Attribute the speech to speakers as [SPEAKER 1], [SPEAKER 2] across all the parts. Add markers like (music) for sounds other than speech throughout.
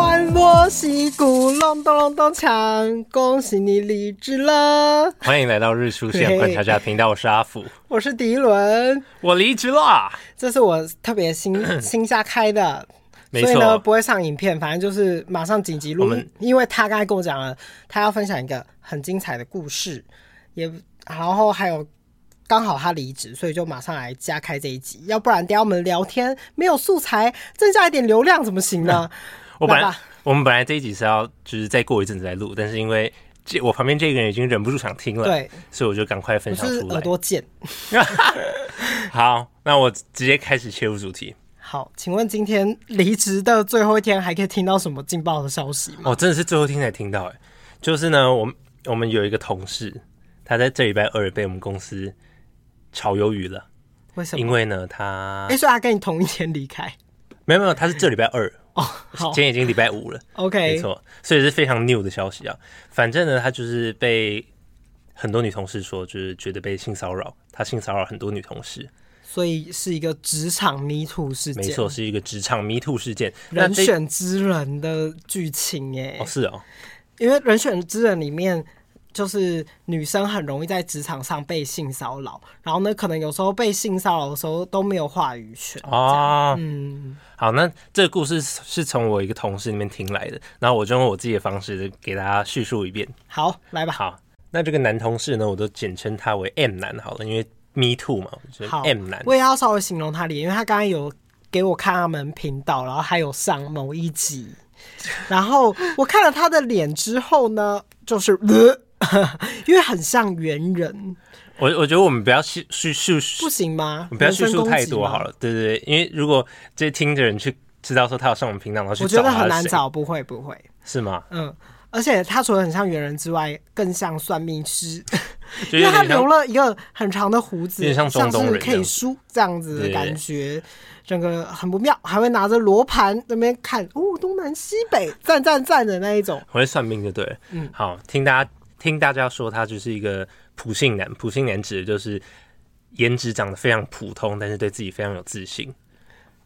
[SPEAKER 1] 恭喜鼓隆咚隆咚锵，恭喜你离职了！
[SPEAKER 2] (laughs) 欢迎来到日出现观察家频道，我是阿福，
[SPEAKER 1] 我是迪伦，
[SPEAKER 2] 我离职啦！
[SPEAKER 1] 这是我特别
[SPEAKER 2] (clears throat)
[SPEAKER 1] 新新下开的，
[SPEAKER 2] 没
[SPEAKER 1] 所以呢
[SPEAKER 2] 错
[SPEAKER 1] 不会上影片，反正就是马上紧急录
[SPEAKER 2] 我们，
[SPEAKER 1] 因为他刚才跟我讲了，他要分享一个很精彩的故事，也然后还有。刚好他离职，所以就马上来加开这一集，要不然等一下我们聊天没有素材，增加一点流量怎么行呢？
[SPEAKER 2] 我本
[SPEAKER 1] 来
[SPEAKER 2] 来
[SPEAKER 1] 吧
[SPEAKER 2] 我们本来这一集是要就是再过一阵子再录，但是因为这我旁边这个人已经忍不住想听了，，
[SPEAKER 1] 对，
[SPEAKER 2] 所以我就赶快分
[SPEAKER 1] 我
[SPEAKER 2] 享
[SPEAKER 1] 是
[SPEAKER 2] 出
[SPEAKER 1] 耳
[SPEAKER 2] 来。
[SPEAKER 1] 朵贱。
[SPEAKER 2] 好，那我直接开始切入主题。
[SPEAKER 1] 好，请问今天离职的最后一天还可以听到什么劲爆的消息吗？
[SPEAKER 2] 哦，真的是最后听才听到哎，就是呢，我们我们有一个同事，他在这礼拜二被我们公司炒鱿鱼了，
[SPEAKER 1] 为什
[SPEAKER 2] 因
[SPEAKER 1] 么？
[SPEAKER 2] 为呢他
[SPEAKER 1] 哎、所以他跟你同一天离开
[SPEAKER 2] 没有没有，他是这礼拜二，
[SPEAKER 1] 哦。好
[SPEAKER 2] 今天已经礼拜五了。没
[SPEAKER 1] ，OK，
[SPEAKER 2] 错，所以是非常 new 的消息啊。反正呢，她就是被很多女同事说，就是觉得被性骚扰，她性骚扰很多女同事。
[SPEAKER 1] 所以是一个职场 Me Too 事件，
[SPEAKER 2] 没错，，是一个职场 Me Too 事件。那
[SPEAKER 1] 人
[SPEAKER 2] 这
[SPEAKER 1] 选之人的剧情耶、
[SPEAKER 2] 哦是哦，
[SPEAKER 1] 因为人选之人里面。就是女生很容易在职场上被性骚扰，然后呢，可能有时候被性骚扰的时候都没有话语权。
[SPEAKER 2] 哦，
[SPEAKER 1] 嗯，
[SPEAKER 2] 好，那这个故事是是从我一个同事那边听来的，然后我就用我自己的方式给大家叙述一遍。
[SPEAKER 1] 好，来吧。
[SPEAKER 2] 好，那这个男同事呢，我都简称他为 M 男好了，因为 Me Too 嘛，就是
[SPEAKER 1] 好
[SPEAKER 2] M 男。
[SPEAKER 1] 我也要稍微形容他脸，因为他刚刚有给我看他们频道，然后还有上某一
[SPEAKER 2] (laughs)
[SPEAKER 1] 集，然后我看了他的脸之后呢，就是、呃 (laughs) 因为很像猿人，
[SPEAKER 2] 我我觉得我们不要叙叙叙述
[SPEAKER 1] 不行吗？
[SPEAKER 2] 我们不要叙述太
[SPEAKER 1] 人身攻击
[SPEAKER 2] 多
[SPEAKER 1] 吗
[SPEAKER 2] 好。了，对对对，因为如果这些听的人去知道说他有上我们频道，然后去
[SPEAKER 1] 我觉
[SPEAKER 2] 找
[SPEAKER 1] 得
[SPEAKER 2] 他
[SPEAKER 1] 很
[SPEAKER 2] 是
[SPEAKER 1] 难
[SPEAKER 2] 谁，
[SPEAKER 1] 找，不会不会，
[SPEAKER 2] 是吗？
[SPEAKER 1] 嗯，而且他除了很像猿人之外，更像算命师，
[SPEAKER 2] 就
[SPEAKER 1] 因为
[SPEAKER 2] 有
[SPEAKER 1] 他
[SPEAKER 2] 点像
[SPEAKER 1] 留了一个很长的胡子，
[SPEAKER 2] 有点像中东人
[SPEAKER 1] 是可以梳这样子的
[SPEAKER 2] 对
[SPEAKER 1] 感觉，整个很不妙，还会拿着罗盘那边看，哦，东南西北，赞赞赞的那一种。
[SPEAKER 2] 我会算命就对了。
[SPEAKER 1] 嗯
[SPEAKER 2] 好，听大家听大家说，他就是一个普信男。普信男指的就是颜值长得非常普通，但是对自己非常有自信。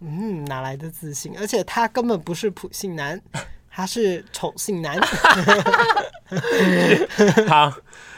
[SPEAKER 1] 嗯，哪来的自信？而且他根本不是普信
[SPEAKER 2] (laughs)
[SPEAKER 1] 男，他是丑性男。
[SPEAKER 2] (laughs) 好，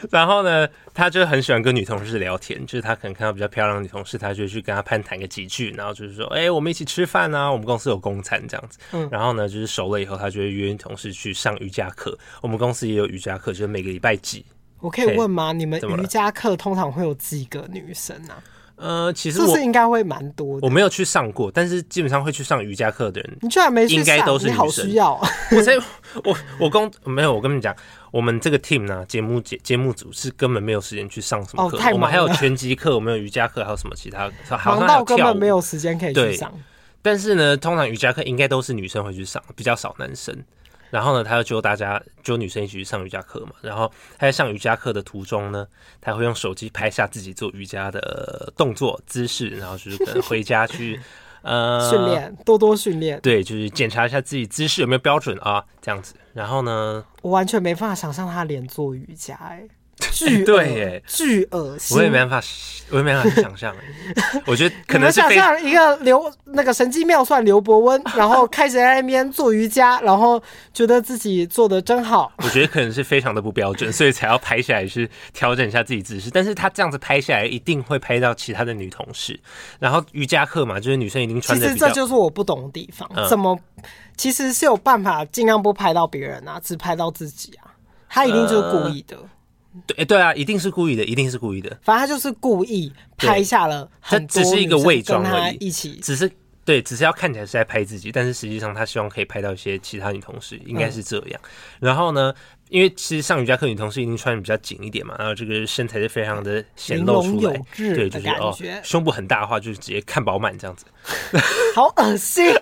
[SPEAKER 2] 然后呢，他就很喜欢跟女同事聊天，就是他可能看到比较漂亮的女同事，他就去跟她攀谈个几句，然后就是说，哎、我们一起吃饭啊，我们公司有公餐这样子。
[SPEAKER 1] 嗯
[SPEAKER 2] 然后呢，就是熟了以后，他就会约女同事去上瑜伽课。我们公司也有瑜伽课，就是每个礼拜几。
[SPEAKER 1] 我可以问吗？你们
[SPEAKER 2] 怎么了
[SPEAKER 1] 瑜伽课通常会有几个女生啊？
[SPEAKER 2] 呃，其实
[SPEAKER 1] 是不
[SPEAKER 2] 我
[SPEAKER 1] 是应该会蛮多的
[SPEAKER 2] 我？没有去上过，但是基本上会去上瑜伽课
[SPEAKER 1] (laughs)
[SPEAKER 2] 的人，
[SPEAKER 1] 你居然没去
[SPEAKER 2] 应该
[SPEAKER 1] 上
[SPEAKER 2] 都是
[SPEAKER 1] 你好
[SPEAKER 2] 女生
[SPEAKER 1] 需要哦。
[SPEAKER 2] 我在我我公没有，我跟你讲，我们这个 team 呢、节目节节目组是根本没有时间去上什么
[SPEAKER 1] 哦
[SPEAKER 2] 课，
[SPEAKER 1] 太忙
[SPEAKER 2] 我们还有
[SPEAKER 1] 了
[SPEAKER 2] 拳击课，我们有瑜伽课，还有什么其他，好
[SPEAKER 1] 忙
[SPEAKER 2] 像还有
[SPEAKER 1] 到根
[SPEAKER 2] 跳
[SPEAKER 1] 本
[SPEAKER 2] 舞啊
[SPEAKER 1] 没有时间可以去
[SPEAKER 2] 对
[SPEAKER 1] 上。
[SPEAKER 2] 但是呢，通常瑜伽课应该都是女生会去上，比较少男生。然后呢，他就揪大家揪女生一起去上瑜伽课嘛。然后他在上瑜伽课的途中呢，他会用手机拍下自己做瑜伽的呃动作姿势，然后就是可能回家
[SPEAKER 1] (laughs)
[SPEAKER 2] 去呃
[SPEAKER 1] 训练，多多训练。
[SPEAKER 2] 对，就是检查一下自己姿势有没有标准啊，这样子。然后呢，
[SPEAKER 1] 我完全没办法想象他连做瑜伽、
[SPEAKER 2] (laughs)
[SPEAKER 1] 哎，巨恶
[SPEAKER 2] 对耶
[SPEAKER 1] 巨恶心。
[SPEAKER 2] 我也没办法，我也没办法
[SPEAKER 1] (laughs)
[SPEAKER 2] 想象欸。我觉得可能是
[SPEAKER 1] 你们
[SPEAKER 2] 非
[SPEAKER 1] 想象一个刘那个神机妙算刘伯
[SPEAKER 2] (laughs)
[SPEAKER 1] 温，然后开始在那边做瑜伽，然后觉得自己做的真好，
[SPEAKER 2] (laughs) 我觉得可能是非常的不标准，所以才要拍下来去调整一下自己姿势。但是他这样子拍下来，一定会拍到其他的女同事。然后瑜伽课嘛，就是女生一定
[SPEAKER 1] 其
[SPEAKER 2] 穿的
[SPEAKER 1] 实
[SPEAKER 2] 比
[SPEAKER 1] 这
[SPEAKER 2] 较，
[SPEAKER 1] 就是我不懂的地方，
[SPEAKER 2] 嗯
[SPEAKER 1] 怎么其实是有办法尽量不拍到别人啊，只拍到自己啊。他一定就是故意
[SPEAKER 2] 呃
[SPEAKER 1] 的，
[SPEAKER 2] 对诶对啊，一定是故意的，一定是故意的，
[SPEAKER 1] 反正他就是故意拍下了
[SPEAKER 2] 这
[SPEAKER 1] 很多
[SPEAKER 2] 只是一个
[SPEAKER 1] 女生
[SPEAKER 2] 伪装
[SPEAKER 1] 跟他
[SPEAKER 2] 而已
[SPEAKER 1] 一起。
[SPEAKER 2] 只是对，只是要看起来是在拍自己，但是实际上他希望可以拍到一些其他女同事，应该是这样。然后呢？因为其实上瑜伽课女同事一定穿的比较紧一点嘛，然后这个身材就非常的显露
[SPEAKER 1] 玲
[SPEAKER 2] 出
[SPEAKER 1] 珑
[SPEAKER 2] 来
[SPEAKER 1] 有，致
[SPEAKER 2] 对，
[SPEAKER 1] 的
[SPEAKER 2] 就是
[SPEAKER 1] 感
[SPEAKER 2] 哦
[SPEAKER 1] 觉，
[SPEAKER 2] 胸部很大的话就是直接看饱满这样子。
[SPEAKER 1] 好恶心。
[SPEAKER 2] (laughs)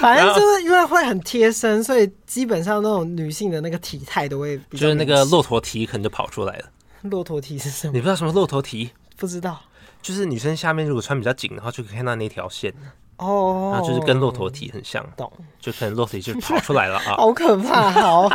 [SPEAKER 1] 反正就是因为会很贴身，所以基本上那种女性的那个体态都会比较
[SPEAKER 2] 就是那
[SPEAKER 1] 明
[SPEAKER 2] 个
[SPEAKER 1] 显
[SPEAKER 2] 骆驼蹄可能就跑出来了。
[SPEAKER 1] 骆驼体是什么？
[SPEAKER 2] 你不知道什么骆驼蹄？
[SPEAKER 1] 不知道
[SPEAKER 2] 就是女生下面如果穿比较紧的话，就可以看到那条线。
[SPEAKER 1] 哦，
[SPEAKER 2] 然后就是跟骆驼体很像，
[SPEAKER 1] 懂，
[SPEAKER 2] 就可能骆驼体就跑出来了 (laughs) 啊。
[SPEAKER 1] 好可怕，
[SPEAKER 2] (laughs)
[SPEAKER 1] 好，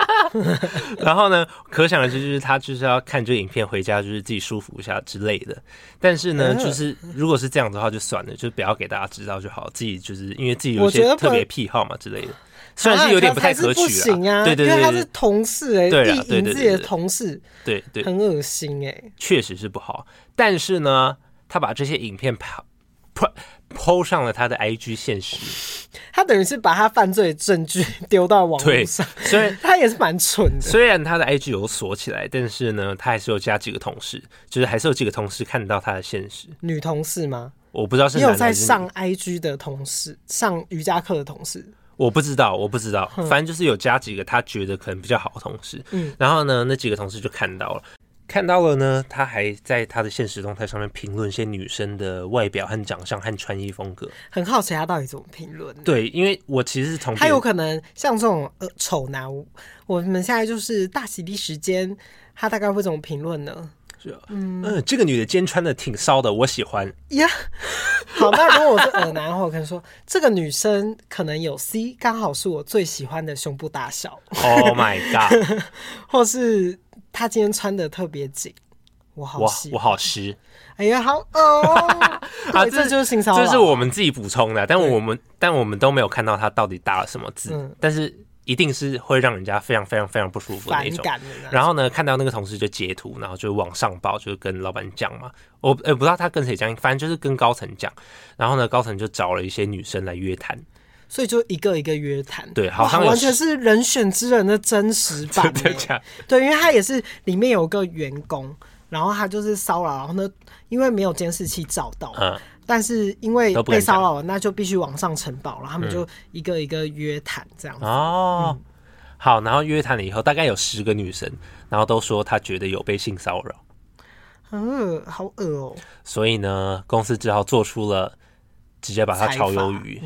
[SPEAKER 2] 然后呢，可想而知，就是他就是要看这个影片回家，就是自己舒服一下之类的。但是呢，
[SPEAKER 1] 嗯
[SPEAKER 2] 就是如果是这样的话，就算了，就不要给大家知道就好。自己就是因为自己有
[SPEAKER 1] 我
[SPEAKER 2] 一
[SPEAKER 1] 觉
[SPEAKER 2] 些
[SPEAKER 1] 得
[SPEAKER 2] 特
[SPEAKER 1] 不
[SPEAKER 2] 别
[SPEAKER 1] 能
[SPEAKER 2] 癖好嘛之类的，虽然是有点
[SPEAKER 1] 不
[SPEAKER 2] 太可
[SPEAKER 1] 不
[SPEAKER 2] 取
[SPEAKER 1] 行
[SPEAKER 2] 啦
[SPEAKER 1] 啊，
[SPEAKER 2] 对对
[SPEAKER 1] 因为
[SPEAKER 2] 对
[SPEAKER 1] 他
[SPEAKER 2] 对
[SPEAKER 1] 是同事哎、
[SPEAKER 2] 对啦
[SPEAKER 1] 意
[SPEAKER 2] 对
[SPEAKER 1] 淫
[SPEAKER 2] 对
[SPEAKER 1] 自
[SPEAKER 2] 对
[SPEAKER 1] 己的
[SPEAKER 2] 对
[SPEAKER 1] 同事，
[SPEAKER 2] 对对，
[SPEAKER 1] 很恶心哎、
[SPEAKER 2] 确实是不好。但是呢，他把这些影片抛抛抛上了他的 IG 现实，
[SPEAKER 1] 他等于是把他犯罪的证据 (laughs) 丢到网络
[SPEAKER 2] 对，
[SPEAKER 1] 上，
[SPEAKER 2] 虽然。
[SPEAKER 1] (laughs) 他也是蛮蠢的。
[SPEAKER 2] 虽然他的 IG 有锁起来，但是呢，他还是有加几个同事，就是还是有几个同事看到他的现实。
[SPEAKER 1] 女同事吗？
[SPEAKER 2] 我不知道是
[SPEAKER 1] 也
[SPEAKER 2] 男
[SPEAKER 1] 有
[SPEAKER 2] 的还
[SPEAKER 1] 在
[SPEAKER 2] 是女
[SPEAKER 1] 上 IG 的同事，上瑜伽课的同事，
[SPEAKER 2] 我不知道，我不知道，反正就是有加几个他觉得可能比较好的同事，嗯，然后呢，那几个同事就看到了，看到了呢，他还在他的现实动态上面评论一些女生的外表和长相和穿衣风格。
[SPEAKER 1] 很好奇他到底怎么评论。
[SPEAKER 2] 对，因为我其实是从
[SPEAKER 1] 他
[SPEAKER 2] 别
[SPEAKER 1] 有
[SPEAKER 2] 人
[SPEAKER 1] 可能像这种呃丑男，我们现在就是大喜力时间，他大概会怎么评论呢？
[SPEAKER 2] 嗯、这个女的今天穿的挺骚的，我喜欢。
[SPEAKER 1] 呀、 (laughs) 好，那如果我是耳男的话，我可能说这个女生可能有 C，刚好是我最喜欢的胸部大小，
[SPEAKER 2] Oh my god，
[SPEAKER 1] (laughs) 或是她今天穿的特别紧，我好
[SPEAKER 2] 我
[SPEAKER 1] 喜，
[SPEAKER 2] 我好湿！
[SPEAKER 1] 哎呀，好恶哦
[SPEAKER 2] (laughs)
[SPEAKER 1] 对，
[SPEAKER 2] 这
[SPEAKER 1] 这就是性骚扰，
[SPEAKER 2] 这是我们自己补充的，但我们但我们都没有看到他到底打了什么字，
[SPEAKER 1] 嗯
[SPEAKER 2] 但是一定是会让人家非常非常非常不舒服的
[SPEAKER 1] 反
[SPEAKER 2] 那种。
[SPEAKER 1] 感的啦。
[SPEAKER 2] 然后呢，看到那个同事就截图，然后就往上报，就是跟老板讲嘛。我呃不知道他跟谁讲，反正就是跟高层讲。然后呢，高层就找了一些女生来约谈，
[SPEAKER 1] 所以就一个一个约谈，
[SPEAKER 2] 对好像
[SPEAKER 1] 哇
[SPEAKER 2] 有
[SPEAKER 1] 完全是人选之人的真实版
[SPEAKER 2] 真 (laughs)
[SPEAKER 1] 欸，
[SPEAKER 2] 的假的？
[SPEAKER 1] 对，因为他也是里面有个员工，然后他就是骚扰，然后呢，因为没有监视器照到，
[SPEAKER 2] 嗯
[SPEAKER 1] 但是因为
[SPEAKER 2] 都不敢嗯
[SPEAKER 1] 被骚扰了，那就必须往上呈报，然后他们就一个一个约谈这样子。
[SPEAKER 2] 哦，好，然后约谈了以后，大概有十个女生，然后都说她觉得有被性骚扰，
[SPEAKER 1] 很恶，好恶哦、
[SPEAKER 2] 所以呢，公司只好做出了直接把她炒鱿鱼。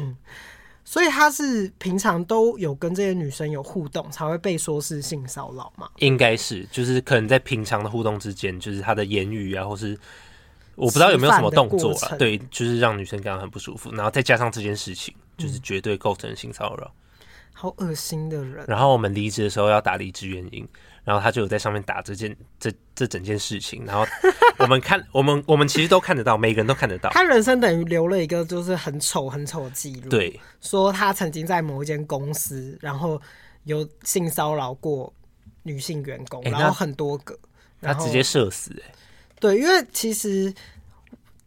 [SPEAKER 1] 所以他是平常都有跟这些女生有互动，才会被说是性骚扰嘛？
[SPEAKER 2] 应该是，就是可能在平常的互动之间，就是他的言语啊，或是我不知道有没有什么动作
[SPEAKER 1] 吃
[SPEAKER 2] 啊，
[SPEAKER 1] 饭的过程
[SPEAKER 2] 对，就是让女生感到很不舒服，然后再加上这件事情，就是绝对构成性骚扰。
[SPEAKER 1] 好恶心的人，
[SPEAKER 2] 然后我们离职的时候要打离职原因，然后他就有在上面打这件这这整件事情，然后我们看我们我们其实都看得到，每个人都看得到，
[SPEAKER 1] 他人生等于留了一个就是很丑很丑的记录。
[SPEAKER 2] 对
[SPEAKER 1] 说他曾经在某一间公司，然后有性骚扰过女性员工，
[SPEAKER 2] 诶那
[SPEAKER 1] 然后很多个，
[SPEAKER 2] 他
[SPEAKER 1] 然后
[SPEAKER 2] 直接射死、欸，
[SPEAKER 1] 对，因为其实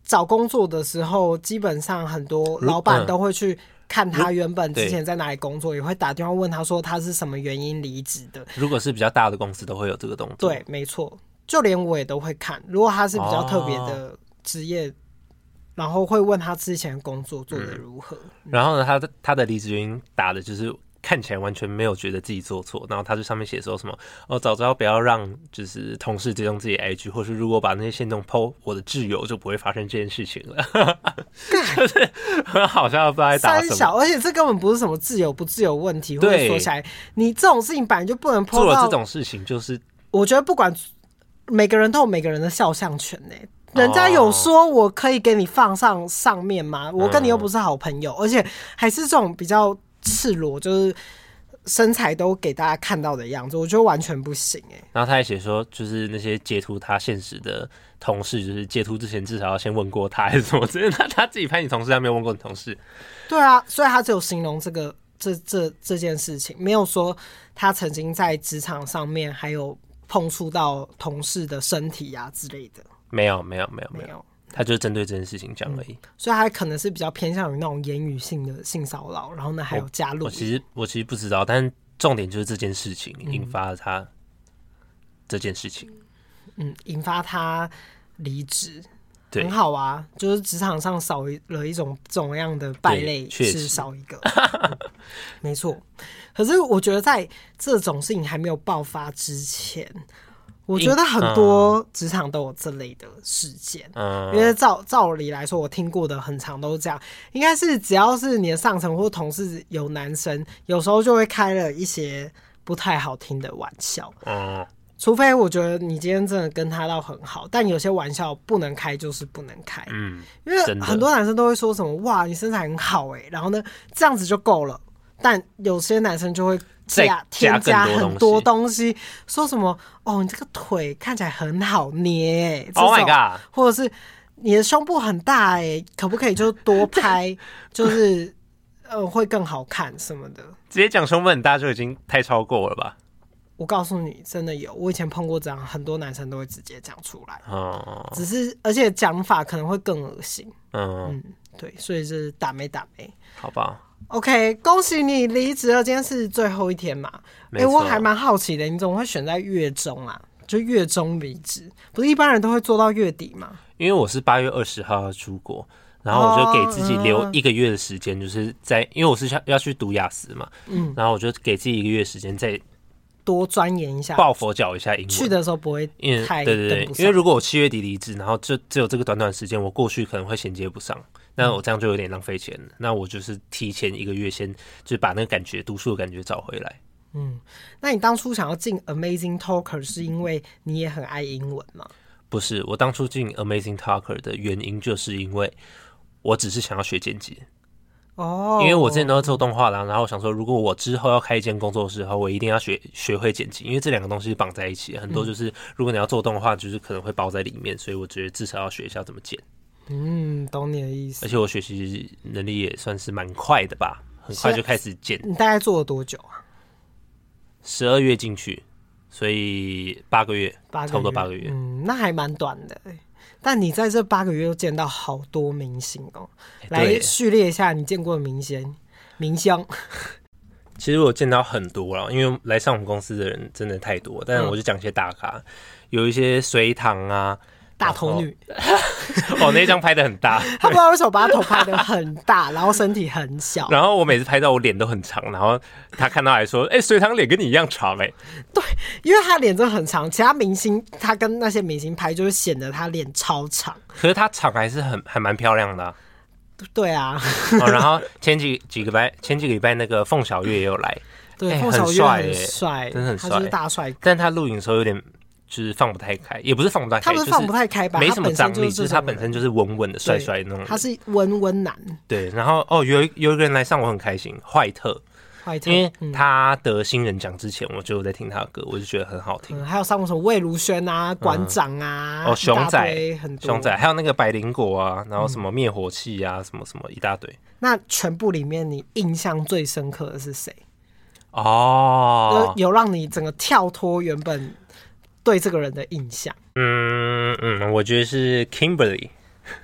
[SPEAKER 1] 找工作的时候，基本上很多老
[SPEAKER 2] 嗯
[SPEAKER 1] 板都会去。看他
[SPEAKER 2] 如
[SPEAKER 1] 原本
[SPEAKER 2] 对
[SPEAKER 1] 之前在哪里工作，也会打电话问他说他是什么原因离职的。
[SPEAKER 2] 如果是比较大的公司都会有这个动作，
[SPEAKER 1] 对，没错，就连我也都会看。如果他是比较特别
[SPEAKER 2] 哦
[SPEAKER 1] 的职业，然后会问他之前工作做
[SPEAKER 2] 嗯
[SPEAKER 1] 的如何。
[SPEAKER 2] 然后呢，他的他的离职原因打的就是看起来完全没有觉得自己做错，然后他就上面写说什么哦，早知道不要让就是同事追踪自己的 IG，或是如果把那些线动 PO 我的挚友，就不会发生这件事情了， (laughs) 就是很好笑，不知道在打
[SPEAKER 1] 三
[SPEAKER 2] 什么。
[SPEAKER 1] 小，而且这根本不是什么自由不自由问题，或者
[SPEAKER 2] 对
[SPEAKER 1] 说起来，你这种事情本来就不能
[SPEAKER 2] 做
[SPEAKER 1] 碰
[SPEAKER 2] 了
[SPEAKER 1] 到。
[SPEAKER 2] 这种事情就是
[SPEAKER 1] 我觉得不管每个人都有每个人的肖像权呢、人
[SPEAKER 2] 哦
[SPEAKER 1] 家有说我可以给你放上上面吗？我跟你又不是好朋
[SPEAKER 2] 嗯
[SPEAKER 1] 友，而且还是这种比较赤裸，就是身材都给大家看到的样子，我觉得完全不行哎、
[SPEAKER 2] 然后他还写说，就是那些截图他现实的同事，就是截图之前至少要先问过他还是什么之类的。他 (laughs) 他自己拍你同事，他没有问过你同事。
[SPEAKER 1] 对啊，所以他只有形容这个这这这件事情，没有说他曾经在职场上面还有碰触到同事的身体啊之类的，
[SPEAKER 2] 没有没有没有没
[SPEAKER 1] 没
[SPEAKER 2] 有，嗯
[SPEAKER 1] 有。
[SPEAKER 2] 他就是针对这件事情讲而已。
[SPEAKER 1] 所以他可能是比较偏向于那种言语性的性骚扰，然后呢还有加入
[SPEAKER 2] 我哦其实我其实不知道，但重点就是这件事情引发了他这件事情。
[SPEAKER 1] 嗯，引发他离职，
[SPEAKER 2] 对
[SPEAKER 1] 很好啊，就是职场上少一了一种种样的败类，
[SPEAKER 2] 对确实
[SPEAKER 1] 是少一个，嗯没错。可是我觉得在这种事情还没有爆发之前，我觉得很多职场都有这类的事件。
[SPEAKER 2] 嗯，
[SPEAKER 1] 因为照照理来说，我听过的很长都是这样，应该是只要是你的上层或同事有男生，有时候就会开了一些不太好听的玩笑，
[SPEAKER 2] 嗯，
[SPEAKER 1] 除非我觉得你今天真的跟他到很好，但有些玩笑不能开就是不能开，
[SPEAKER 2] 嗯，
[SPEAKER 1] 因为
[SPEAKER 2] 真的
[SPEAKER 1] 很多男生都会说什么哇你身材很好哎、然后呢这样子就够了，但有些男生就会
[SPEAKER 2] 再
[SPEAKER 1] 加
[SPEAKER 2] 加
[SPEAKER 1] 添加
[SPEAKER 2] 更多
[SPEAKER 1] 很多东西，说什么哦你这个腿看起来很好捏、欸、这
[SPEAKER 2] Oh my
[SPEAKER 1] 种
[SPEAKER 2] god
[SPEAKER 1] 或者是你的胸部很大哎、可不可以就多
[SPEAKER 2] (laughs)
[SPEAKER 1] 拍，就是呃会更好看什么的。
[SPEAKER 2] 直接讲胸部很大就已经太超过了吧？
[SPEAKER 1] 我告诉你，真的有，我以前碰过这样，很多男生都会直接讲出来，
[SPEAKER 2] 哦，
[SPEAKER 1] 只是而且讲法可能会更恶心，
[SPEAKER 2] 嗯，
[SPEAKER 1] 嗯，对，所以是打没打没。
[SPEAKER 2] 好吧，
[SPEAKER 1] OK，恭喜你离职了，今天是最后一天嘛？哎、
[SPEAKER 2] 没错
[SPEAKER 1] 我还蛮好奇的，你怎么会选在月中啊？就月中离职，不是一般人都会做到月底吗？
[SPEAKER 2] 因为我是八月二十号要出国，然后我就给自己留一个月的时间，就是在因为我是要要去读雅思嘛，嗯，然后我就给自己一个月时间再
[SPEAKER 1] 多钻研一下，
[SPEAKER 2] 抱佛脚一下英文。
[SPEAKER 1] 去的时候不会
[SPEAKER 2] 因为
[SPEAKER 1] 太
[SPEAKER 2] 对对
[SPEAKER 1] 跟
[SPEAKER 2] 对
[SPEAKER 1] 不，上
[SPEAKER 2] 因为如果我七月底离职，然后就只有这个短短时间，我过去可能会衔接不上，那我这样就有点浪费钱了。那我就是提前一个月先，就是把那个感觉读书的感觉找回来。
[SPEAKER 1] 那你当初想要进 Amazing Talker 是因为你也很爱英文吗？
[SPEAKER 2] 不是，我当初进 Amazing Talker 的原因，就是因为我只是想要学剪辑，
[SPEAKER 1] 哦，
[SPEAKER 2] 因为我之前都是做动画啦，然后我想说，如果我之后要开一间工作室的话，我一定要学学会剪辑，因为这两个东西绑在一起，很
[SPEAKER 1] 嗯
[SPEAKER 2] 多就是如果你要做动画，就是可能会包在里面，所以我觉得至少要学一下怎么剪。
[SPEAKER 1] 嗯，懂你的意思
[SPEAKER 2] 而。且我学习能力也算是蛮快的吧，很快就开始减。
[SPEAKER 1] 你大概做了多久啊？
[SPEAKER 2] 十二月进去，所以八个月，
[SPEAKER 1] 八个月
[SPEAKER 2] 差不多八个月。
[SPEAKER 1] 嗯，那还蛮短的欸。但你在这八个月又见到好多明星哦、来
[SPEAKER 2] 哎对，
[SPEAKER 1] 序列一下你见过的明星。明星，
[SPEAKER 2] 其实我见到很多了，因为来上我们公司的人真的太多，
[SPEAKER 1] 嗯
[SPEAKER 2] 但是我就讲一些大咖，有一些隋唐啊，
[SPEAKER 1] 大头女，
[SPEAKER 2] 哦，那张拍的很
[SPEAKER 1] (laughs)
[SPEAKER 2] 大。
[SPEAKER 1] 她不知道为什么把她头拍的很
[SPEAKER 2] (laughs)
[SPEAKER 1] 大，然后身体很小。
[SPEAKER 2] 然后我每次拍到我脸都很长，然后他看到还说：“哎、隋唐脸跟你一样长哎、
[SPEAKER 1] 因为她脸真的很长，其他明星她跟那些明星拍就会显得她脸超长。
[SPEAKER 2] 可是他长还是很还蛮漂亮的啊、
[SPEAKER 1] 对啊，
[SPEAKER 2] 哦。然后前几几个礼拜前几个礼拜那个凤小岳也有来，
[SPEAKER 1] 对，
[SPEAKER 2] 哎
[SPEAKER 1] 凤小
[SPEAKER 2] 很
[SPEAKER 1] 岳
[SPEAKER 2] 帅
[SPEAKER 1] 很
[SPEAKER 2] 耶
[SPEAKER 1] 帅，
[SPEAKER 2] 真的很
[SPEAKER 1] 他就是
[SPEAKER 2] 帅
[SPEAKER 1] 大帅哥。
[SPEAKER 2] 但他录影的时候有点就是放不太开，也不是放不太开，
[SPEAKER 1] 他不是放不太开吧？
[SPEAKER 2] 哎就是
[SPEAKER 1] 他
[SPEAKER 2] 没什么
[SPEAKER 1] 本
[SPEAKER 2] 张
[SPEAKER 1] 身
[SPEAKER 2] 力，
[SPEAKER 1] 就是
[SPEAKER 2] 就
[SPEAKER 1] 这
[SPEAKER 2] 是他
[SPEAKER 1] 种
[SPEAKER 2] 本
[SPEAKER 1] 人
[SPEAKER 2] 身就是稳稳的、帅帅的那种
[SPEAKER 1] 他
[SPEAKER 2] 人。
[SPEAKER 1] 是温温男，
[SPEAKER 2] 对，然后哦，有一有一个人来上我很开心，坏特，
[SPEAKER 1] 怀特
[SPEAKER 2] 因，为他得新人奖之前我就有在听他的歌，我就觉得很好听。
[SPEAKER 1] 嗯，还有上过什么魏如萱啊、馆长啊、
[SPEAKER 2] 哦，
[SPEAKER 1] 一
[SPEAKER 2] 熊
[SPEAKER 1] 大
[SPEAKER 2] 仔
[SPEAKER 1] 堆很，多
[SPEAKER 2] 熊仔，。还有那个百灵果啊，然后什么灭火器啊，什么什么一大堆。
[SPEAKER 1] 那全部里面，你印象最深刻的是谁？
[SPEAKER 2] 哦
[SPEAKER 1] 有，有让你整个跳脱原本对这个人的印象？
[SPEAKER 2] 嗯嗯，我觉得是 Kimberly，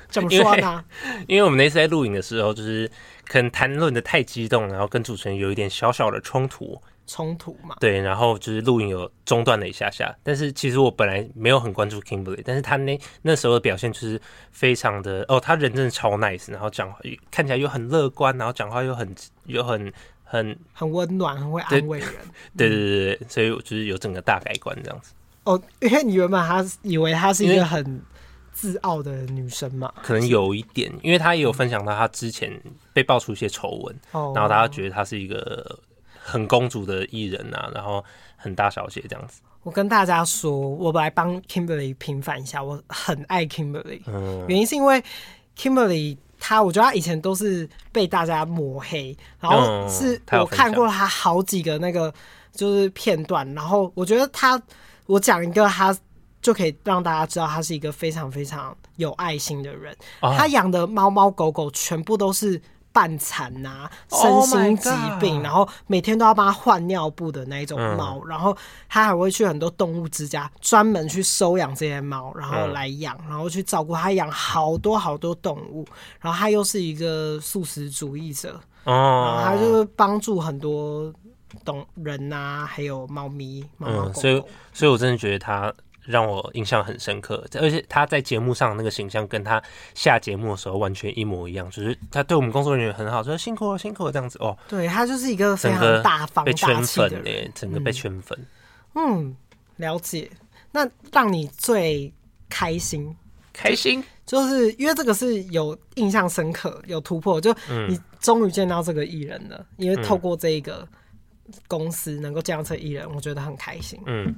[SPEAKER 1] 怎么说呢？
[SPEAKER 2] 因为我们那次在录影的时候，就是可能谈论的太激动，然后跟主持人有一点小小的冲突，
[SPEAKER 1] 冲突嘛，
[SPEAKER 2] 对，然后就是录影有中断了一下下，但是其实我本来没有很关注 Kimberly，但是他那那时候的表现就是非常的哦，他人真的超 nice，然后讲话看起来又很乐观，然后讲话又很又很很
[SPEAKER 1] 很温暖，很会安慰人。
[SPEAKER 2] 对对对对，所以我就是有整个大改观这样子。
[SPEAKER 1] 哦，因为你原本他以为她是一
[SPEAKER 2] 因
[SPEAKER 1] 个
[SPEAKER 2] 为
[SPEAKER 1] 很自傲的女生嘛，
[SPEAKER 2] 可能有一点，因为他也有分享到他之前被爆出一些丑闻，
[SPEAKER 1] 哦，
[SPEAKER 2] 然后大家觉得他是一个很公主的艺人啊，然后很大小姐这样子。
[SPEAKER 1] 我跟大家说，我来帮 Kimberly 平反一下，我很爱 Kimberly，、
[SPEAKER 2] 嗯
[SPEAKER 1] 原因是因为 Kimberly 她，我觉得她以前都是被大家抹黑，然后
[SPEAKER 2] 嗯
[SPEAKER 1] 是
[SPEAKER 2] 她有
[SPEAKER 1] 我
[SPEAKER 2] 分享
[SPEAKER 1] 看过她好几个那个就是片段，然后我觉得她，我讲一个她就可以让大家知道她是一个非常非常有爱心的人，
[SPEAKER 2] 哦
[SPEAKER 1] 她养的猫猫狗狗全部都是。半残呐、身
[SPEAKER 2] Oh my
[SPEAKER 1] 心疾
[SPEAKER 2] God 嗯
[SPEAKER 1] 病然后每天都要帮它换尿布的那一种猫，然后他还会去很多动物之家专门去收养这些猫，然
[SPEAKER 2] 嗯
[SPEAKER 1] 后来养，然后去照顾它，养好多好多动物，然后他又是一个素食主义者，然后
[SPEAKER 2] 哦，
[SPEAKER 1] 他就是帮助很多懂人呐、还有猫咪、猫猫
[SPEAKER 2] 嗯，
[SPEAKER 1] 狗
[SPEAKER 2] 所以
[SPEAKER 1] 狗。
[SPEAKER 2] 所以我真的觉得他让我印象很深刻，而且他在节目上那个形象跟他下节目的时候完全一模一样，就是他对我们工作人员很好，说辛苦了辛苦了这样子哦，
[SPEAKER 1] 对他就是一个非
[SPEAKER 2] 整个
[SPEAKER 1] 常大方
[SPEAKER 2] 被
[SPEAKER 1] 大
[SPEAKER 2] 圈
[SPEAKER 1] 气
[SPEAKER 2] 粉
[SPEAKER 1] 的人。
[SPEAKER 2] 欸，整个被圈粉。
[SPEAKER 1] 嗯，了解。那让你最开心
[SPEAKER 2] 开心，
[SPEAKER 1] 就是因为这个是有印象深刻、有突破，就
[SPEAKER 2] 嗯
[SPEAKER 1] 你终于见到这个艺人了，因为透过这一个公司能够见到这个艺人，我觉得很开心。
[SPEAKER 2] 嗯，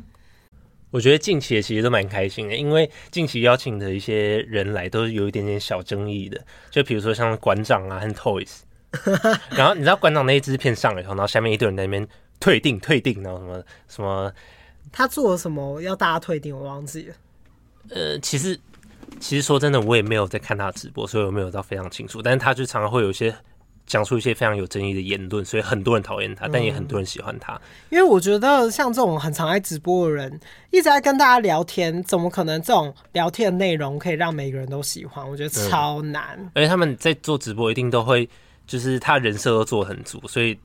[SPEAKER 2] 我觉得近期也其实都蛮开心的，因为近期邀请的一些人来都是有一点点小争议的，就比如说像馆长啊和
[SPEAKER 1] (laughs)
[SPEAKER 2] Toys，然后你知道馆长那一支片上了以后，然后下面一堆人在那边退订退订，然后什么什么
[SPEAKER 1] 他做了什么要大家退订，我忘记了。
[SPEAKER 2] 呃，其实其实说真的，我也没有在看他的直播，所以我没有到非常清楚。但是他就常常会有一些讲出一些非常有争议的言论，所以很多人讨厌他，但也很
[SPEAKER 1] 嗯
[SPEAKER 2] 多人喜欢他。
[SPEAKER 1] 因为我觉得像这种很常爱直播的人，一直在跟大家聊天，怎么可能这种聊天的内容可以让每个人都喜欢？我觉得
[SPEAKER 2] 嗯
[SPEAKER 1] 超难。
[SPEAKER 2] 而且他们在做直播一定都会，就是他人设都做得很足，所以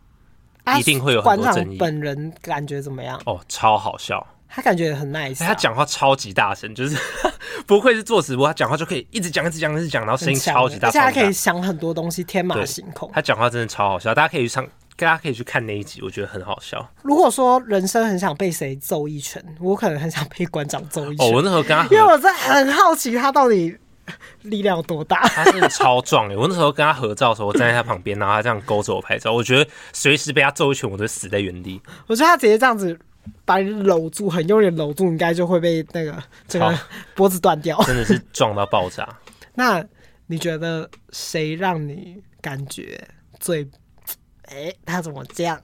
[SPEAKER 1] 啊
[SPEAKER 2] 一定会有很
[SPEAKER 1] 馆
[SPEAKER 2] 多
[SPEAKER 1] 长
[SPEAKER 2] 争议
[SPEAKER 1] 本人感觉怎么样？
[SPEAKER 2] 哦，超好笑。
[SPEAKER 1] 他感觉很 nice 啊、
[SPEAKER 2] 他讲话超级大声，就是 (laughs) 不愧是做直播，他讲话就可以一直讲、一直讲、一直讲，然后声
[SPEAKER 1] 很
[SPEAKER 2] 音
[SPEAKER 1] 强欸
[SPEAKER 2] 超级大，
[SPEAKER 1] 而且他
[SPEAKER 2] 超级
[SPEAKER 1] 可以
[SPEAKER 2] 大。
[SPEAKER 1] 想很多东西，天马
[SPEAKER 2] 对
[SPEAKER 1] 行空。
[SPEAKER 2] 他讲话真的超好笑，大家可以去上，大家可以去看那一集，我觉得很好笑。
[SPEAKER 1] 如果说人生很想被谁揍一拳，我可能很想被馆长揍一
[SPEAKER 2] 哦，
[SPEAKER 1] 拳，
[SPEAKER 2] 我那时候跟他合
[SPEAKER 1] 因为我在很好奇他到底力量有多大。 (laughs)
[SPEAKER 2] 他真的超壮欸！我那时候跟他合照的时候，我站在他旁边，然后他这样勾着我拍照，我觉得随时被他揍一拳，我都死在原地。
[SPEAKER 1] 我觉得他直接这样子把你搂住，很用力地搂住，你应该就会被那个这个
[SPEAKER 2] 好
[SPEAKER 1] 脖子断掉。 (laughs)
[SPEAKER 2] 真的是壮到爆炸。
[SPEAKER 1] 那你觉得谁让你感觉最？哎、他怎么这样？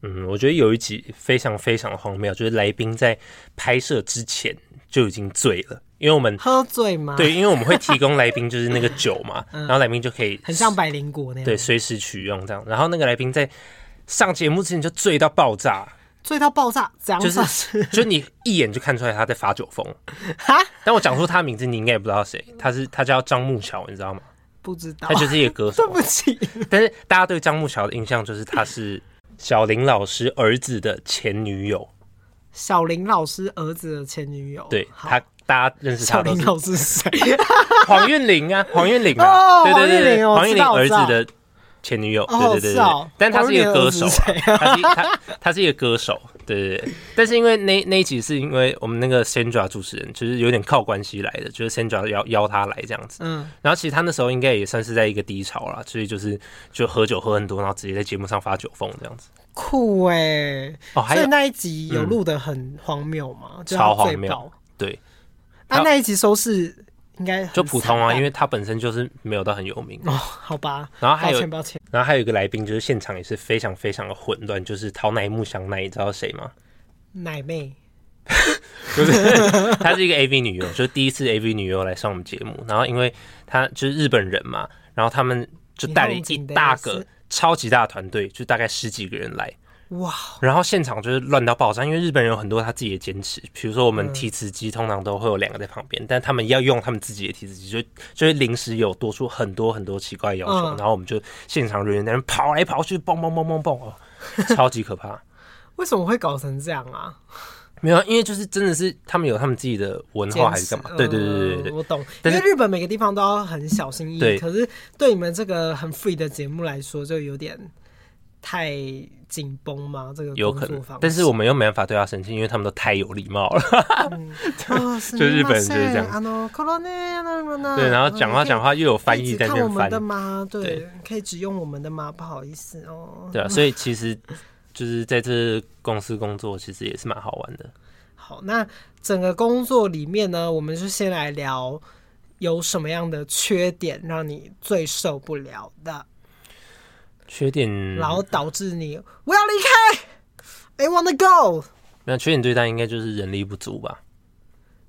[SPEAKER 2] 嗯，我觉得有一集非常非常荒谬，就是来宾在拍摄之前就已经醉了，因为我们
[SPEAKER 1] 喝醉吗？，
[SPEAKER 2] 对，因为我们会提供来宾就是那个酒
[SPEAKER 1] (laughs)
[SPEAKER 2] 嘛，然后来宾就可以
[SPEAKER 1] 嗯很像百灵果那样。
[SPEAKER 2] 对，随时取用这样。然后那个来宾在上节目之前就醉到爆炸，
[SPEAKER 1] 醉到爆炸，怎样
[SPEAKER 2] 就是
[SPEAKER 1] 算是？
[SPEAKER 2] 就你一眼就看出来他在发酒疯。
[SPEAKER 1] (laughs) 哈，
[SPEAKER 2] 但我讲出他名字，你应该也不知道谁，他是他叫张木桥，你知道吗？
[SPEAKER 1] 不知道
[SPEAKER 2] 他。就是一个歌手
[SPEAKER 1] (laughs) 对，不起，
[SPEAKER 2] 但是大家对张木桥的印象就是他是小林老师儿子的前女友，
[SPEAKER 1] 哦小林老师儿子的前女友。
[SPEAKER 2] 对
[SPEAKER 1] 好
[SPEAKER 2] 他，大家认识
[SPEAKER 1] 小
[SPEAKER 2] 他都
[SPEAKER 1] 林
[SPEAKER 2] 是
[SPEAKER 1] 老师是
[SPEAKER 2] (laughs)
[SPEAKER 1] 谁？
[SPEAKER 2] 黄韵玲啊，黄韵玲
[SPEAKER 1] 哦
[SPEAKER 2] 啊，对对对对，对
[SPEAKER 1] 黄
[SPEAKER 2] 黄
[SPEAKER 1] 韵
[SPEAKER 2] 韵
[SPEAKER 1] 玲
[SPEAKER 2] 玲
[SPEAKER 1] 我
[SPEAKER 2] 儿
[SPEAKER 1] 知道
[SPEAKER 2] 子的前女友，对
[SPEAKER 1] 哦
[SPEAKER 2] 对对
[SPEAKER 1] 是
[SPEAKER 2] 对
[SPEAKER 1] 哦
[SPEAKER 2] 对，但他是一个歌手啊
[SPEAKER 1] 黄韵玲，
[SPEAKER 2] 他是一他他是一个歌手，对对对，但是因为那那一集是因为我们那个 Sandra 主持人就是有点靠关系来的，就是 Sandra 邀邀他来这样子，
[SPEAKER 1] 嗯，
[SPEAKER 2] 然后其实他那时候应该也算是在一个低潮啦，所以就是就喝酒喝很多，然后直接在节目上发酒疯这样子。
[SPEAKER 1] 酷哎、
[SPEAKER 2] 哦，
[SPEAKER 1] 所
[SPEAKER 2] 还
[SPEAKER 1] 以
[SPEAKER 2] 有嗯
[SPEAKER 1] 那一集有录的很荒谬嘛，就
[SPEAKER 2] 超
[SPEAKER 1] 它最
[SPEAKER 2] 荒谬
[SPEAKER 1] 爆
[SPEAKER 2] 对，
[SPEAKER 1] 啊，
[SPEAKER 2] 它
[SPEAKER 1] 那一集收视应该很
[SPEAKER 2] 就普
[SPEAKER 1] 惨
[SPEAKER 2] 通啊，
[SPEAKER 1] 淡
[SPEAKER 2] 因为他本身就是没有到很有名。
[SPEAKER 1] 哦，好吧，
[SPEAKER 2] 然后还
[SPEAKER 1] 抱
[SPEAKER 2] 有
[SPEAKER 1] 歉抱歉，
[SPEAKER 2] 然后还有一个来宾，就是现场也是非常非常的混乱，就是桃乃木香奈，你知道谁吗？ (laughs)
[SPEAKER 1] 奶妹
[SPEAKER 2] 就是她是一个 AV 女优，就是第一次 AV 女优来上我们节目。然后因为她就是日本人嘛，然后他们就带了一大
[SPEAKER 1] 你好
[SPEAKER 2] 个
[SPEAKER 1] 紧
[SPEAKER 2] 超级大的团队，就大概十几个人来，
[SPEAKER 1] 哇，
[SPEAKER 2] 然后现场就是乱到爆炸。因为日本人有很多他自己的坚持，比如说我
[SPEAKER 1] 嗯
[SPEAKER 2] 们提词机通常都会有两个在旁边，但他们要用他们自己的提词机，就就会临时有多出很多很多奇怪的要求，
[SPEAKER 1] 嗯
[SPEAKER 2] 然后我们就现场人员在那边跑来跑去，蹦蹦蹦蹦蹦，哦， (laughs) 超级可怕。
[SPEAKER 1] 为什么会搞成这样啊？
[SPEAKER 2] 没有啊，因为就是真的是他们有他们自己的文化还是干嘛
[SPEAKER 1] 坚？持
[SPEAKER 2] 对对对对对
[SPEAKER 1] 嗯我懂，因
[SPEAKER 2] 但
[SPEAKER 1] 为
[SPEAKER 2] 是
[SPEAKER 1] 日本每个地方都要很小心翼翼，
[SPEAKER 2] 对
[SPEAKER 1] 可是对你们这个很 free 的节目来说，就有点太紧绷吗？这个
[SPEAKER 2] 有
[SPEAKER 1] 工
[SPEAKER 2] 可
[SPEAKER 1] 作
[SPEAKER 2] 能
[SPEAKER 1] 方式，，
[SPEAKER 2] 但是我们又没办法对他生气，因为他们都太有礼貌了。
[SPEAKER 1] 啊
[SPEAKER 2] (laughs)
[SPEAKER 1] 哦
[SPEAKER 2] 就日本人就是这样
[SPEAKER 1] 啊，对
[SPEAKER 2] (laughs) 对，啊然后讲话讲话又有翻译在
[SPEAKER 1] 嗯
[SPEAKER 2] 那
[SPEAKER 1] 看我
[SPEAKER 2] 边
[SPEAKER 1] 们
[SPEAKER 2] 翻
[SPEAKER 1] 的，吗？ (laughs) 对
[SPEAKER 2] 对，
[SPEAKER 1] 可以只用我们的吗？不好意思哦。
[SPEAKER 2] 对啊，所以其实就是在这公司工作，其实也是蛮好玩的。
[SPEAKER 1] 好，那整个工作里面呢，我们就先来聊有什么样的缺点让你最受不了的，
[SPEAKER 2] 缺点，
[SPEAKER 1] 然后导致你我要离开，I wanna go。
[SPEAKER 2] 那缺点最大应该就是人力不足吧？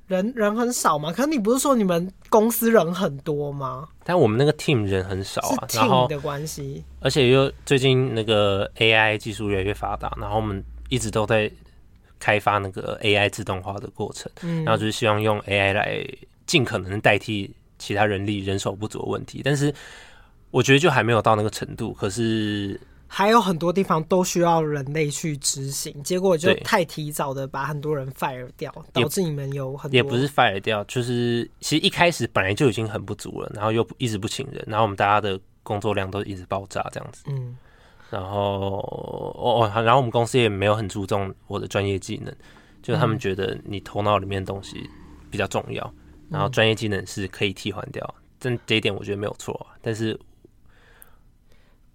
[SPEAKER 1] 人人很少嘛，可是你不是说你们公司人很多吗？
[SPEAKER 2] 但我们那个 team 人很少
[SPEAKER 1] 是
[SPEAKER 2] 啊，然
[SPEAKER 1] team
[SPEAKER 2] 后
[SPEAKER 1] 的关系，
[SPEAKER 2] 而且又最近那个 AI 技术越来越发达，然后我们一直都在开发那个 AI 自动化的过程。
[SPEAKER 1] 嗯
[SPEAKER 2] 然后就是希望用 AI 来尽可能代替其他人力人手不足的问题，但是我觉得就还没有到那个程度。可是，
[SPEAKER 1] 还有很多地方都需要人类去执行，结果就
[SPEAKER 2] 对
[SPEAKER 1] 太提早的把很多人 fire 掉，
[SPEAKER 2] 也
[SPEAKER 1] 导致你们有很多
[SPEAKER 2] 也不是 fire 掉，就是其实一开始本来就已经很不足了，然后又不一直不请人，然后我们大家的工作量都一直爆炸这样子。
[SPEAKER 1] 嗯
[SPEAKER 2] 然后哦哦，然后我们公司也没有很注重我的专业技能，就是他
[SPEAKER 1] 嗯
[SPEAKER 2] 们觉得你头脑里面的东西比较重要，然后
[SPEAKER 1] 嗯
[SPEAKER 2] 专业技能是可以替换掉，但这一点我觉得没有错啊。但是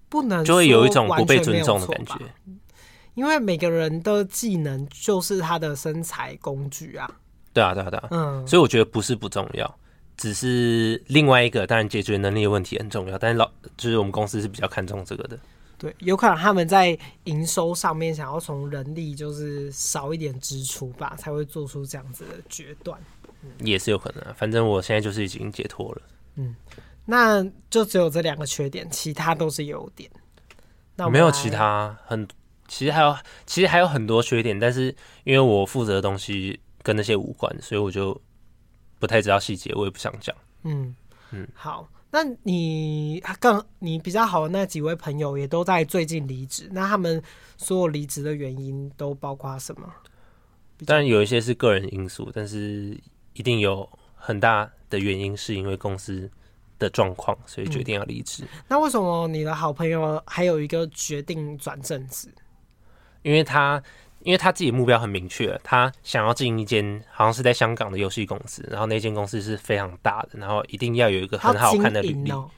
[SPEAKER 1] 不能
[SPEAKER 2] 就会有一种
[SPEAKER 1] 说
[SPEAKER 2] 不
[SPEAKER 1] 完全
[SPEAKER 2] 被
[SPEAKER 1] 没
[SPEAKER 2] 尊
[SPEAKER 1] 有
[SPEAKER 2] 重的
[SPEAKER 1] 错
[SPEAKER 2] 感觉
[SPEAKER 1] 吧。因为每个人的技能就是他的身材工具啊。
[SPEAKER 2] 对啊，对啊，对啊。
[SPEAKER 1] 嗯，
[SPEAKER 2] 所以我觉得不是不重要，只是另外一个当然解决能力的问题很重要，但是老就是我们公司是比较看重这个的。
[SPEAKER 1] 对，有可能他们在营收上面想要从人力就是少一点支出吧，才会做出这样子的决断。
[SPEAKER 2] 也是有可能、啊。反正我现在就是已经解脱了。
[SPEAKER 1] 那就只有这两个缺点，其他都是优点。那我们
[SPEAKER 2] 没有
[SPEAKER 1] 来
[SPEAKER 2] 其他很，其实还有其实还有很多缺点，但是因为我负责的东西跟那些无关，所以我就不太知道细节，我也不想讲。
[SPEAKER 1] 嗯，好，那你更你比较好的那几位朋友也都在最近离职，那他们所有离职的原因都包括什么？比较
[SPEAKER 2] 当然有一些是个人因素，但是一定有很大的原因是因为公司的状况，所以决
[SPEAKER 1] 嗯
[SPEAKER 2] 定要离职。
[SPEAKER 1] 那为什么你的好朋友还有一个决定转正职？
[SPEAKER 2] 因为他因为他自己目标很明确，他想要进一间好像是在香港的游戏公司，然后那间公司是非常大的，然后一定要有一个
[SPEAKER 1] 他
[SPEAKER 2] 很好
[SPEAKER 1] 经
[SPEAKER 2] 看的履
[SPEAKER 1] 营
[SPEAKER 2] 历。
[SPEAKER 1] 哦，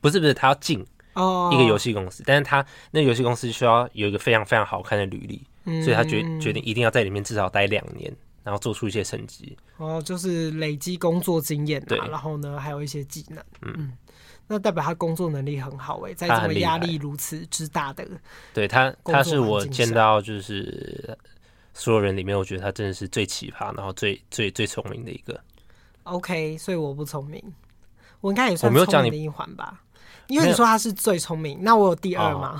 [SPEAKER 2] 不是不是，他要进
[SPEAKER 1] 哦，
[SPEAKER 2] 一个游戏公司，但是他那个游戏公司需要有一个非常非常好看的履历，
[SPEAKER 1] 嗯
[SPEAKER 2] 所以他决决定一定要在里面至少待两年，然后做出一些成绩。
[SPEAKER 1] 哦，就是累积工作经验
[SPEAKER 2] 对
[SPEAKER 1] 啊，然后呢，还有一些技能，嗯。那代表他工作能力很好诶、在
[SPEAKER 2] 他
[SPEAKER 1] 这
[SPEAKER 2] 很
[SPEAKER 1] 么
[SPEAKER 2] 厉
[SPEAKER 1] 压
[SPEAKER 2] 害
[SPEAKER 1] 力如此之大的，
[SPEAKER 2] 对他，
[SPEAKER 1] 工作
[SPEAKER 2] 他是我
[SPEAKER 1] 环境
[SPEAKER 2] 见
[SPEAKER 1] 下
[SPEAKER 2] 到就是所有人里面，我觉得他真的是最奇葩，然后最最最聪明的一个。
[SPEAKER 1] OK，所以我不聪明，我应该也算
[SPEAKER 2] 我没有
[SPEAKER 1] 聪
[SPEAKER 2] 讲
[SPEAKER 1] 明的一环吧。因为你说他是最聪明，那我有第二吗？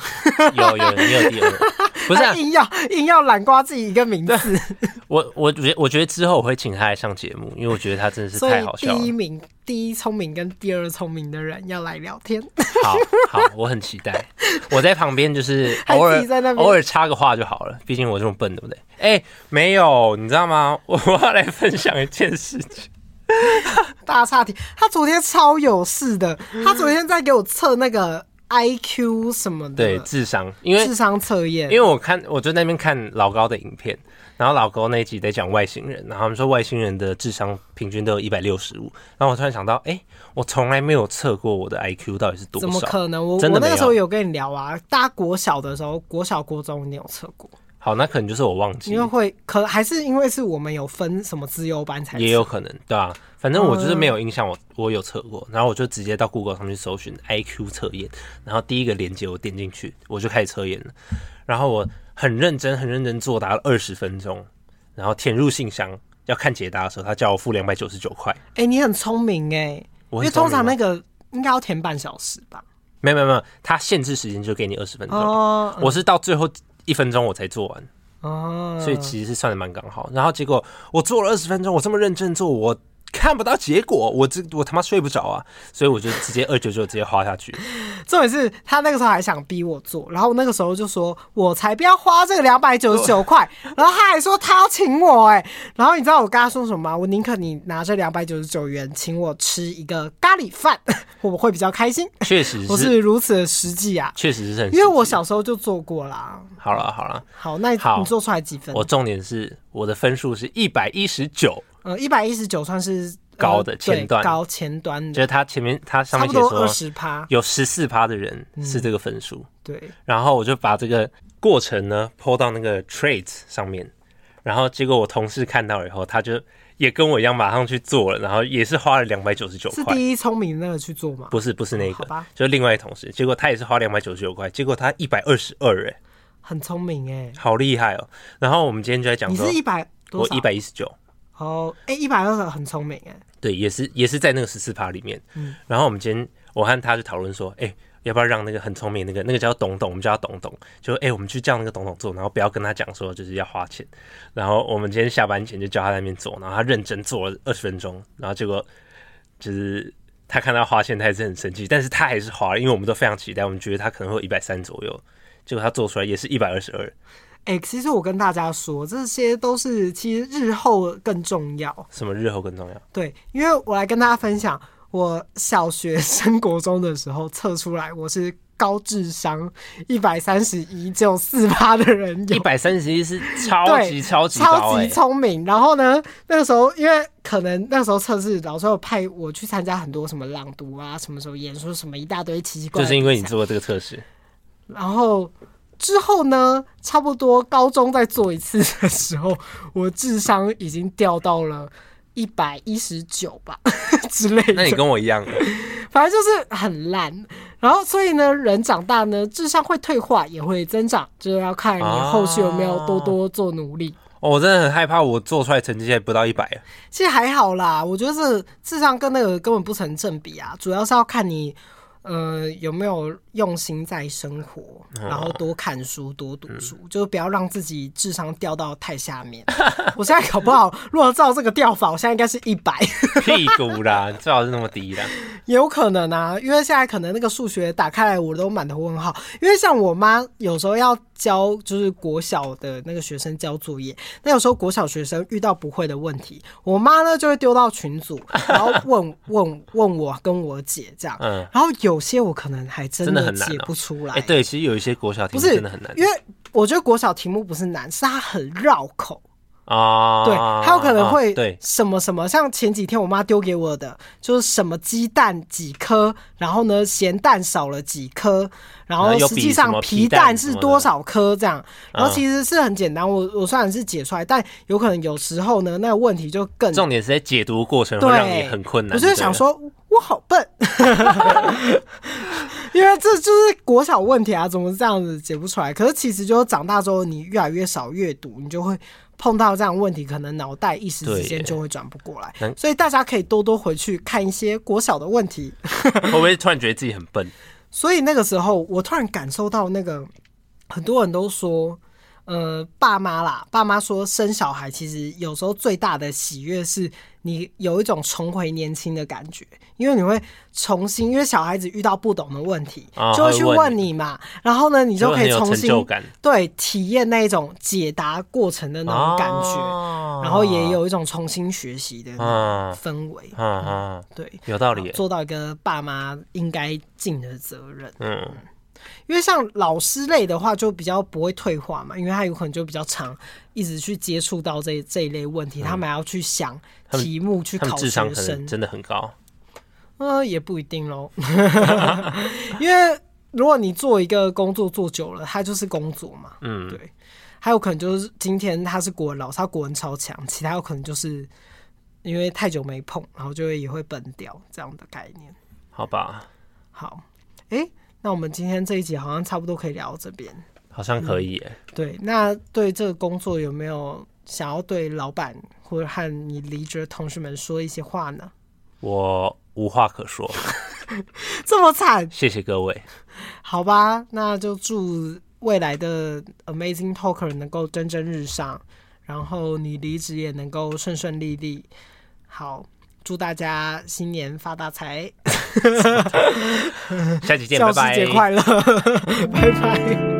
[SPEAKER 2] 有有你有第二，哦
[SPEAKER 1] (laughs)
[SPEAKER 2] 不是、啊
[SPEAKER 1] 他、硬要硬要揽瓜自己一个名字，
[SPEAKER 2] 我，我觉我觉得之后我会请他来上节目，因为我觉得他真的 (laughs) 是
[SPEAKER 1] 所以
[SPEAKER 2] 太好
[SPEAKER 1] 第
[SPEAKER 2] 笑了
[SPEAKER 1] 一。名、第一聪明跟第二聪明的人要来聊天。 (laughs)
[SPEAKER 2] 好好，我很期待。我在旁边就是
[SPEAKER 1] 还
[SPEAKER 2] 偶
[SPEAKER 1] 自
[SPEAKER 2] 尔
[SPEAKER 1] 己在那边
[SPEAKER 2] 偶尔插个话就好了，毕竟我这么笨，对不对？哎、没有，你知道吗？ (laughs) 我我要来分享一件事
[SPEAKER 1] (laughs)
[SPEAKER 2] 情。
[SPEAKER 1] 大岔题，他昨天超有事的，他昨天在给我测那个 IQ 什么
[SPEAKER 2] 对，
[SPEAKER 1] 的
[SPEAKER 2] 智商，因为
[SPEAKER 1] 智商测
[SPEAKER 2] 因
[SPEAKER 1] 验，
[SPEAKER 2] 为我看我就在那边看老高的影片，然后老高那一集在讲外星人，然后他们说外星人的智商平均都有一百六十五，然后我突然想到，哎、我从来没有测过我的 IQ 到底是多
[SPEAKER 1] 怎么
[SPEAKER 2] 少。
[SPEAKER 1] 可能？我
[SPEAKER 2] 真
[SPEAKER 1] 我
[SPEAKER 2] 的没
[SPEAKER 1] 那
[SPEAKER 2] 有
[SPEAKER 1] 个时候有跟你聊啊，大家国小的时候，国小、国中你有测过，
[SPEAKER 2] 好，那可能就是我忘记
[SPEAKER 1] 因为，会可还是因为是我们有分什么资优班才
[SPEAKER 2] 也
[SPEAKER 1] 测
[SPEAKER 2] 有可能，对吧、反正我就是没有印象，我我有测过，然后我就直接到 Google 上面去搜寻 IQ 测验，然后第一个链接我点进去，我就开始测验了，然后我很认真很认真作答了二十分钟，然后填入信箱要看解答的时候，他叫我付两百九十九块。
[SPEAKER 1] 哎、你很聪明哎、因
[SPEAKER 2] 我
[SPEAKER 1] 为
[SPEAKER 2] 很
[SPEAKER 1] 通常
[SPEAKER 2] 聪明
[SPEAKER 1] 那
[SPEAKER 2] 吗
[SPEAKER 1] 个应该要填半小时吧？
[SPEAKER 2] 没有没有没有，他限制时间就给你二十分钟，
[SPEAKER 1] 哦
[SPEAKER 2] 我是到最后一分钟我才做完，
[SPEAKER 1] 哦，
[SPEAKER 2] 所以其实是算的蛮刚好。然后结果我做了二十分钟，我这么认真做，我看不到结果，我这我他妈睡不着啊，所以我就直接二九九直接花下
[SPEAKER 1] (laughs)
[SPEAKER 2] 去。
[SPEAKER 1] 重点是他那个时候还想逼我做，然后我那个时候就说我才不要花这个两百九十九
[SPEAKER 2] (laughs)
[SPEAKER 1] 块，然后他还说他要请我哎、然后你知道我跟他说什么吗？我宁可你拿这两百九十九元请我吃一个咖喱饭， (laughs) 我会比较开心。
[SPEAKER 2] 确实
[SPEAKER 1] 我
[SPEAKER 2] 是，
[SPEAKER 1] 是如此的实际啊，
[SPEAKER 2] 确实是很实际。
[SPEAKER 1] 因为我小时候就做过啦。
[SPEAKER 2] 好了好了，
[SPEAKER 1] 好，那你
[SPEAKER 2] 好
[SPEAKER 1] 你做出来几分？
[SPEAKER 2] 我重点是我的分数是一百一十九，
[SPEAKER 1] 呃，一百一十九算是呃
[SPEAKER 2] 高的前
[SPEAKER 1] 对
[SPEAKER 2] 段
[SPEAKER 1] 高前端
[SPEAKER 2] 就
[SPEAKER 1] 的，
[SPEAKER 2] 是他前面他上
[SPEAKER 1] 嗯差
[SPEAKER 2] 面
[SPEAKER 1] 不
[SPEAKER 2] 写
[SPEAKER 1] 多二
[SPEAKER 2] 说
[SPEAKER 1] 十嗯趴。
[SPEAKER 2] 有十四趴的人是这个分数。
[SPEAKER 1] 对，
[SPEAKER 2] 然后我就把这个过程呢抛到那个 Traits 上面，然后结果我同事看到以后，他就也跟我一样马上去做了，然后也是花了两百九十九
[SPEAKER 1] 是
[SPEAKER 2] 块，
[SPEAKER 1] 第一聪明的那个去做吗？
[SPEAKER 2] 不是不是那
[SPEAKER 1] 好
[SPEAKER 2] 个，
[SPEAKER 1] 吧
[SPEAKER 2] 就是另外一同事，结果他也是花两百九十九块，结果他一百二十二，哎，
[SPEAKER 1] 很聪明哎、
[SPEAKER 2] 好厉害哦！然后我们今天就在讲
[SPEAKER 1] 你
[SPEAKER 2] 说
[SPEAKER 1] 是，一百多
[SPEAKER 2] 我
[SPEAKER 1] 少？
[SPEAKER 2] 一百一十九，
[SPEAKER 1] 哦，哎、一百二十很聪明哎、
[SPEAKER 2] 对，也是也是在那个十四趴里面，然后我们今天我和他就讨论说，哎、要不要让那个很聪明的那个那个叫董董，我们叫他董董，就哎、诶我们去叫那个董董做，然后不要跟他讲说就是要花钱。然后我们今天下班前就叫他在那边做，然后他认真做了二十分钟，然后结果就是他看到花钱，他也是很生气，但是他还是花了，因为我们都非常期待，我们觉得他可能会一百三左右，结果他做出来也是一百二十二，
[SPEAKER 1] 哎、其实我跟大家说，这些都是其实日后更重要。
[SPEAKER 2] 什么日后更重要？
[SPEAKER 1] 对，因为我来跟大家分享，我小学 (laughs) 升国中的时候测出来我是高智商一百三十一，只有四趴的人有
[SPEAKER 2] 一。百三十一是超
[SPEAKER 1] 对，
[SPEAKER 2] 级超级高、欸
[SPEAKER 1] 超级
[SPEAKER 2] 诶
[SPEAKER 1] 聪明。然后呢，那个时候因为可能那时候测试老师有派我去参加很多什么朗读啊，什么时候演说什么一大堆奇奇怪怪的比
[SPEAKER 2] 就
[SPEAKER 1] 赛，
[SPEAKER 2] 是因为你做过这个测试。
[SPEAKER 1] 然后之后呢，差不多高中再做一次的时候，我智商已经掉到了一百一十九吧 (laughs) 之类
[SPEAKER 2] 那你
[SPEAKER 1] 的，
[SPEAKER 2] 跟我一样，
[SPEAKER 1] 反正就是很烂。然后所以呢，人长大呢，智商会退化，也会增长，就是要看你后续有没有多多做努力。
[SPEAKER 2] 哦我真的很害怕，我做出来成绩现在不到一百，啊
[SPEAKER 1] (laughs) 其实还好啦，我觉得这智商跟那个根本不成正比啊，主要是要看你呃有没有用心在生活，然后多看书、多读书，就是不要让自己智商掉到太下面。 (laughs) 我现在搞不好，如果照这个掉法，我现在应该是一百，
[SPEAKER 2] 屁股啦，最好是那么
[SPEAKER 1] (laughs)
[SPEAKER 2] 低啦。
[SPEAKER 1] 也有可能啊，因为现在可能那个数学打开来，我都满头问号。因为像我妈有时候要教，就是国小的那个学生交作业，那有时候国小学生遇到不会的问题，我妈呢就会丢到群组，然后问 (laughs) 问问我跟我姐这样，
[SPEAKER 2] 嗯
[SPEAKER 1] 然后有些我可能还真
[SPEAKER 2] 真的
[SPEAKER 1] 的
[SPEAKER 2] 很难哦
[SPEAKER 1] 解不出来，
[SPEAKER 2] 哎、对，其实有一些国小题
[SPEAKER 1] 不
[SPEAKER 2] 目
[SPEAKER 1] 是
[SPEAKER 2] 真的很难
[SPEAKER 1] 因为我觉得国小题目不是难，是它很绕口。
[SPEAKER 2] 啊。
[SPEAKER 1] 对，还有可能会
[SPEAKER 2] 啊对，
[SPEAKER 1] 什么什么，像前几天我妈丢给我的，就是什么鸡蛋几颗，然后呢咸蛋少了几颗，然
[SPEAKER 2] 然
[SPEAKER 1] 后
[SPEAKER 2] 后又
[SPEAKER 1] 实
[SPEAKER 2] 比
[SPEAKER 1] 际
[SPEAKER 2] 什
[SPEAKER 1] 上
[SPEAKER 2] 么
[SPEAKER 1] 皮
[SPEAKER 2] 皮蛋
[SPEAKER 1] 蛋
[SPEAKER 2] 什
[SPEAKER 1] 是
[SPEAKER 2] 么的
[SPEAKER 1] 多少颗这样，然后
[SPEAKER 2] 嗯
[SPEAKER 1] 其实是很简单，我我虽然是解出来，但有可能有时候呢那个问题就更
[SPEAKER 2] 重点是在解读过程会让你
[SPEAKER 1] 对，
[SPEAKER 2] 很困难。
[SPEAKER 1] 我就会
[SPEAKER 2] 对
[SPEAKER 1] 想说，我好笨， (laughs) 因为这就是国小问题啊，怎么这样子解不出来？可是其实就是长大之后，你越来越少阅读，你就会碰到这样的问题，可能脑袋一时之
[SPEAKER 2] 对耶
[SPEAKER 1] 间就会转不过来
[SPEAKER 2] 能。
[SPEAKER 1] 所以大家可以多多回去看一些国小的问题。
[SPEAKER 2] 会不会突然觉得自己很笨？
[SPEAKER 1] 所以那个时候，我突然感受到那个很多人都说。呃，爸妈啦，爸妈说生小孩其实有时候最大的喜悦是你有一种重回年轻的感觉，因为你会重新，因为小孩子遇到不懂的问题，
[SPEAKER 2] 啊
[SPEAKER 1] 就会去
[SPEAKER 2] 会问
[SPEAKER 1] 问你嘛，然后呢，你就
[SPEAKER 2] 会
[SPEAKER 1] 可
[SPEAKER 2] 很
[SPEAKER 1] 以
[SPEAKER 2] 有
[SPEAKER 1] 重
[SPEAKER 2] 成
[SPEAKER 1] 新
[SPEAKER 2] 就感，
[SPEAKER 1] 对体验那一种解答过程的那种感觉，
[SPEAKER 2] 啊
[SPEAKER 1] 然后也有一种重新学习的那
[SPEAKER 2] 嗯
[SPEAKER 1] 种氛围，
[SPEAKER 2] 嗯嗯，
[SPEAKER 1] 对，
[SPEAKER 2] 有道理耶。
[SPEAKER 1] 啊做到一个爸妈应该尽的责任。
[SPEAKER 2] 嗯，
[SPEAKER 1] 因为像老师类的话，就比较不会退化嘛，因为他有可能就比较常一直去接触到这这一类问题，他们还要去想
[SPEAKER 2] 他们
[SPEAKER 1] 题目去
[SPEAKER 2] 他们
[SPEAKER 1] 考
[SPEAKER 2] 智商
[SPEAKER 1] 学
[SPEAKER 2] 可能
[SPEAKER 1] 生，
[SPEAKER 2] 真的很高。
[SPEAKER 1] 嗯、也不一定喽， (laughs) 因为如果你做一个工作做久了，它就是工作嘛，
[SPEAKER 2] 嗯，
[SPEAKER 1] 对，还有可能就是今天他是国文老师，他国文超强，其他有可能就是因为太久没碰，然后就会也会崩掉这样的概念。
[SPEAKER 2] 好吧，
[SPEAKER 1] 好，诶、那我们今天这一集好像差不多可以聊到这边。
[SPEAKER 2] 好像可以耶。
[SPEAKER 1] 对，那对这个工作有没有想要对老板或者和你离职的同事们说一些话呢？
[SPEAKER 2] 我无话可说，
[SPEAKER 1] 这么惨，
[SPEAKER 2] 谢谢各位。
[SPEAKER 1] 好吧，那就祝未来的 Amazing Talker 能够蒸蒸日上，然后你离职也能够顺顺利利。好，祝大家新年发大财，
[SPEAKER 2] 下期见，
[SPEAKER 1] 教
[SPEAKER 2] 拜
[SPEAKER 1] 师 (laughs)
[SPEAKER 2] 拜。
[SPEAKER 1] 节快乐，拜拜。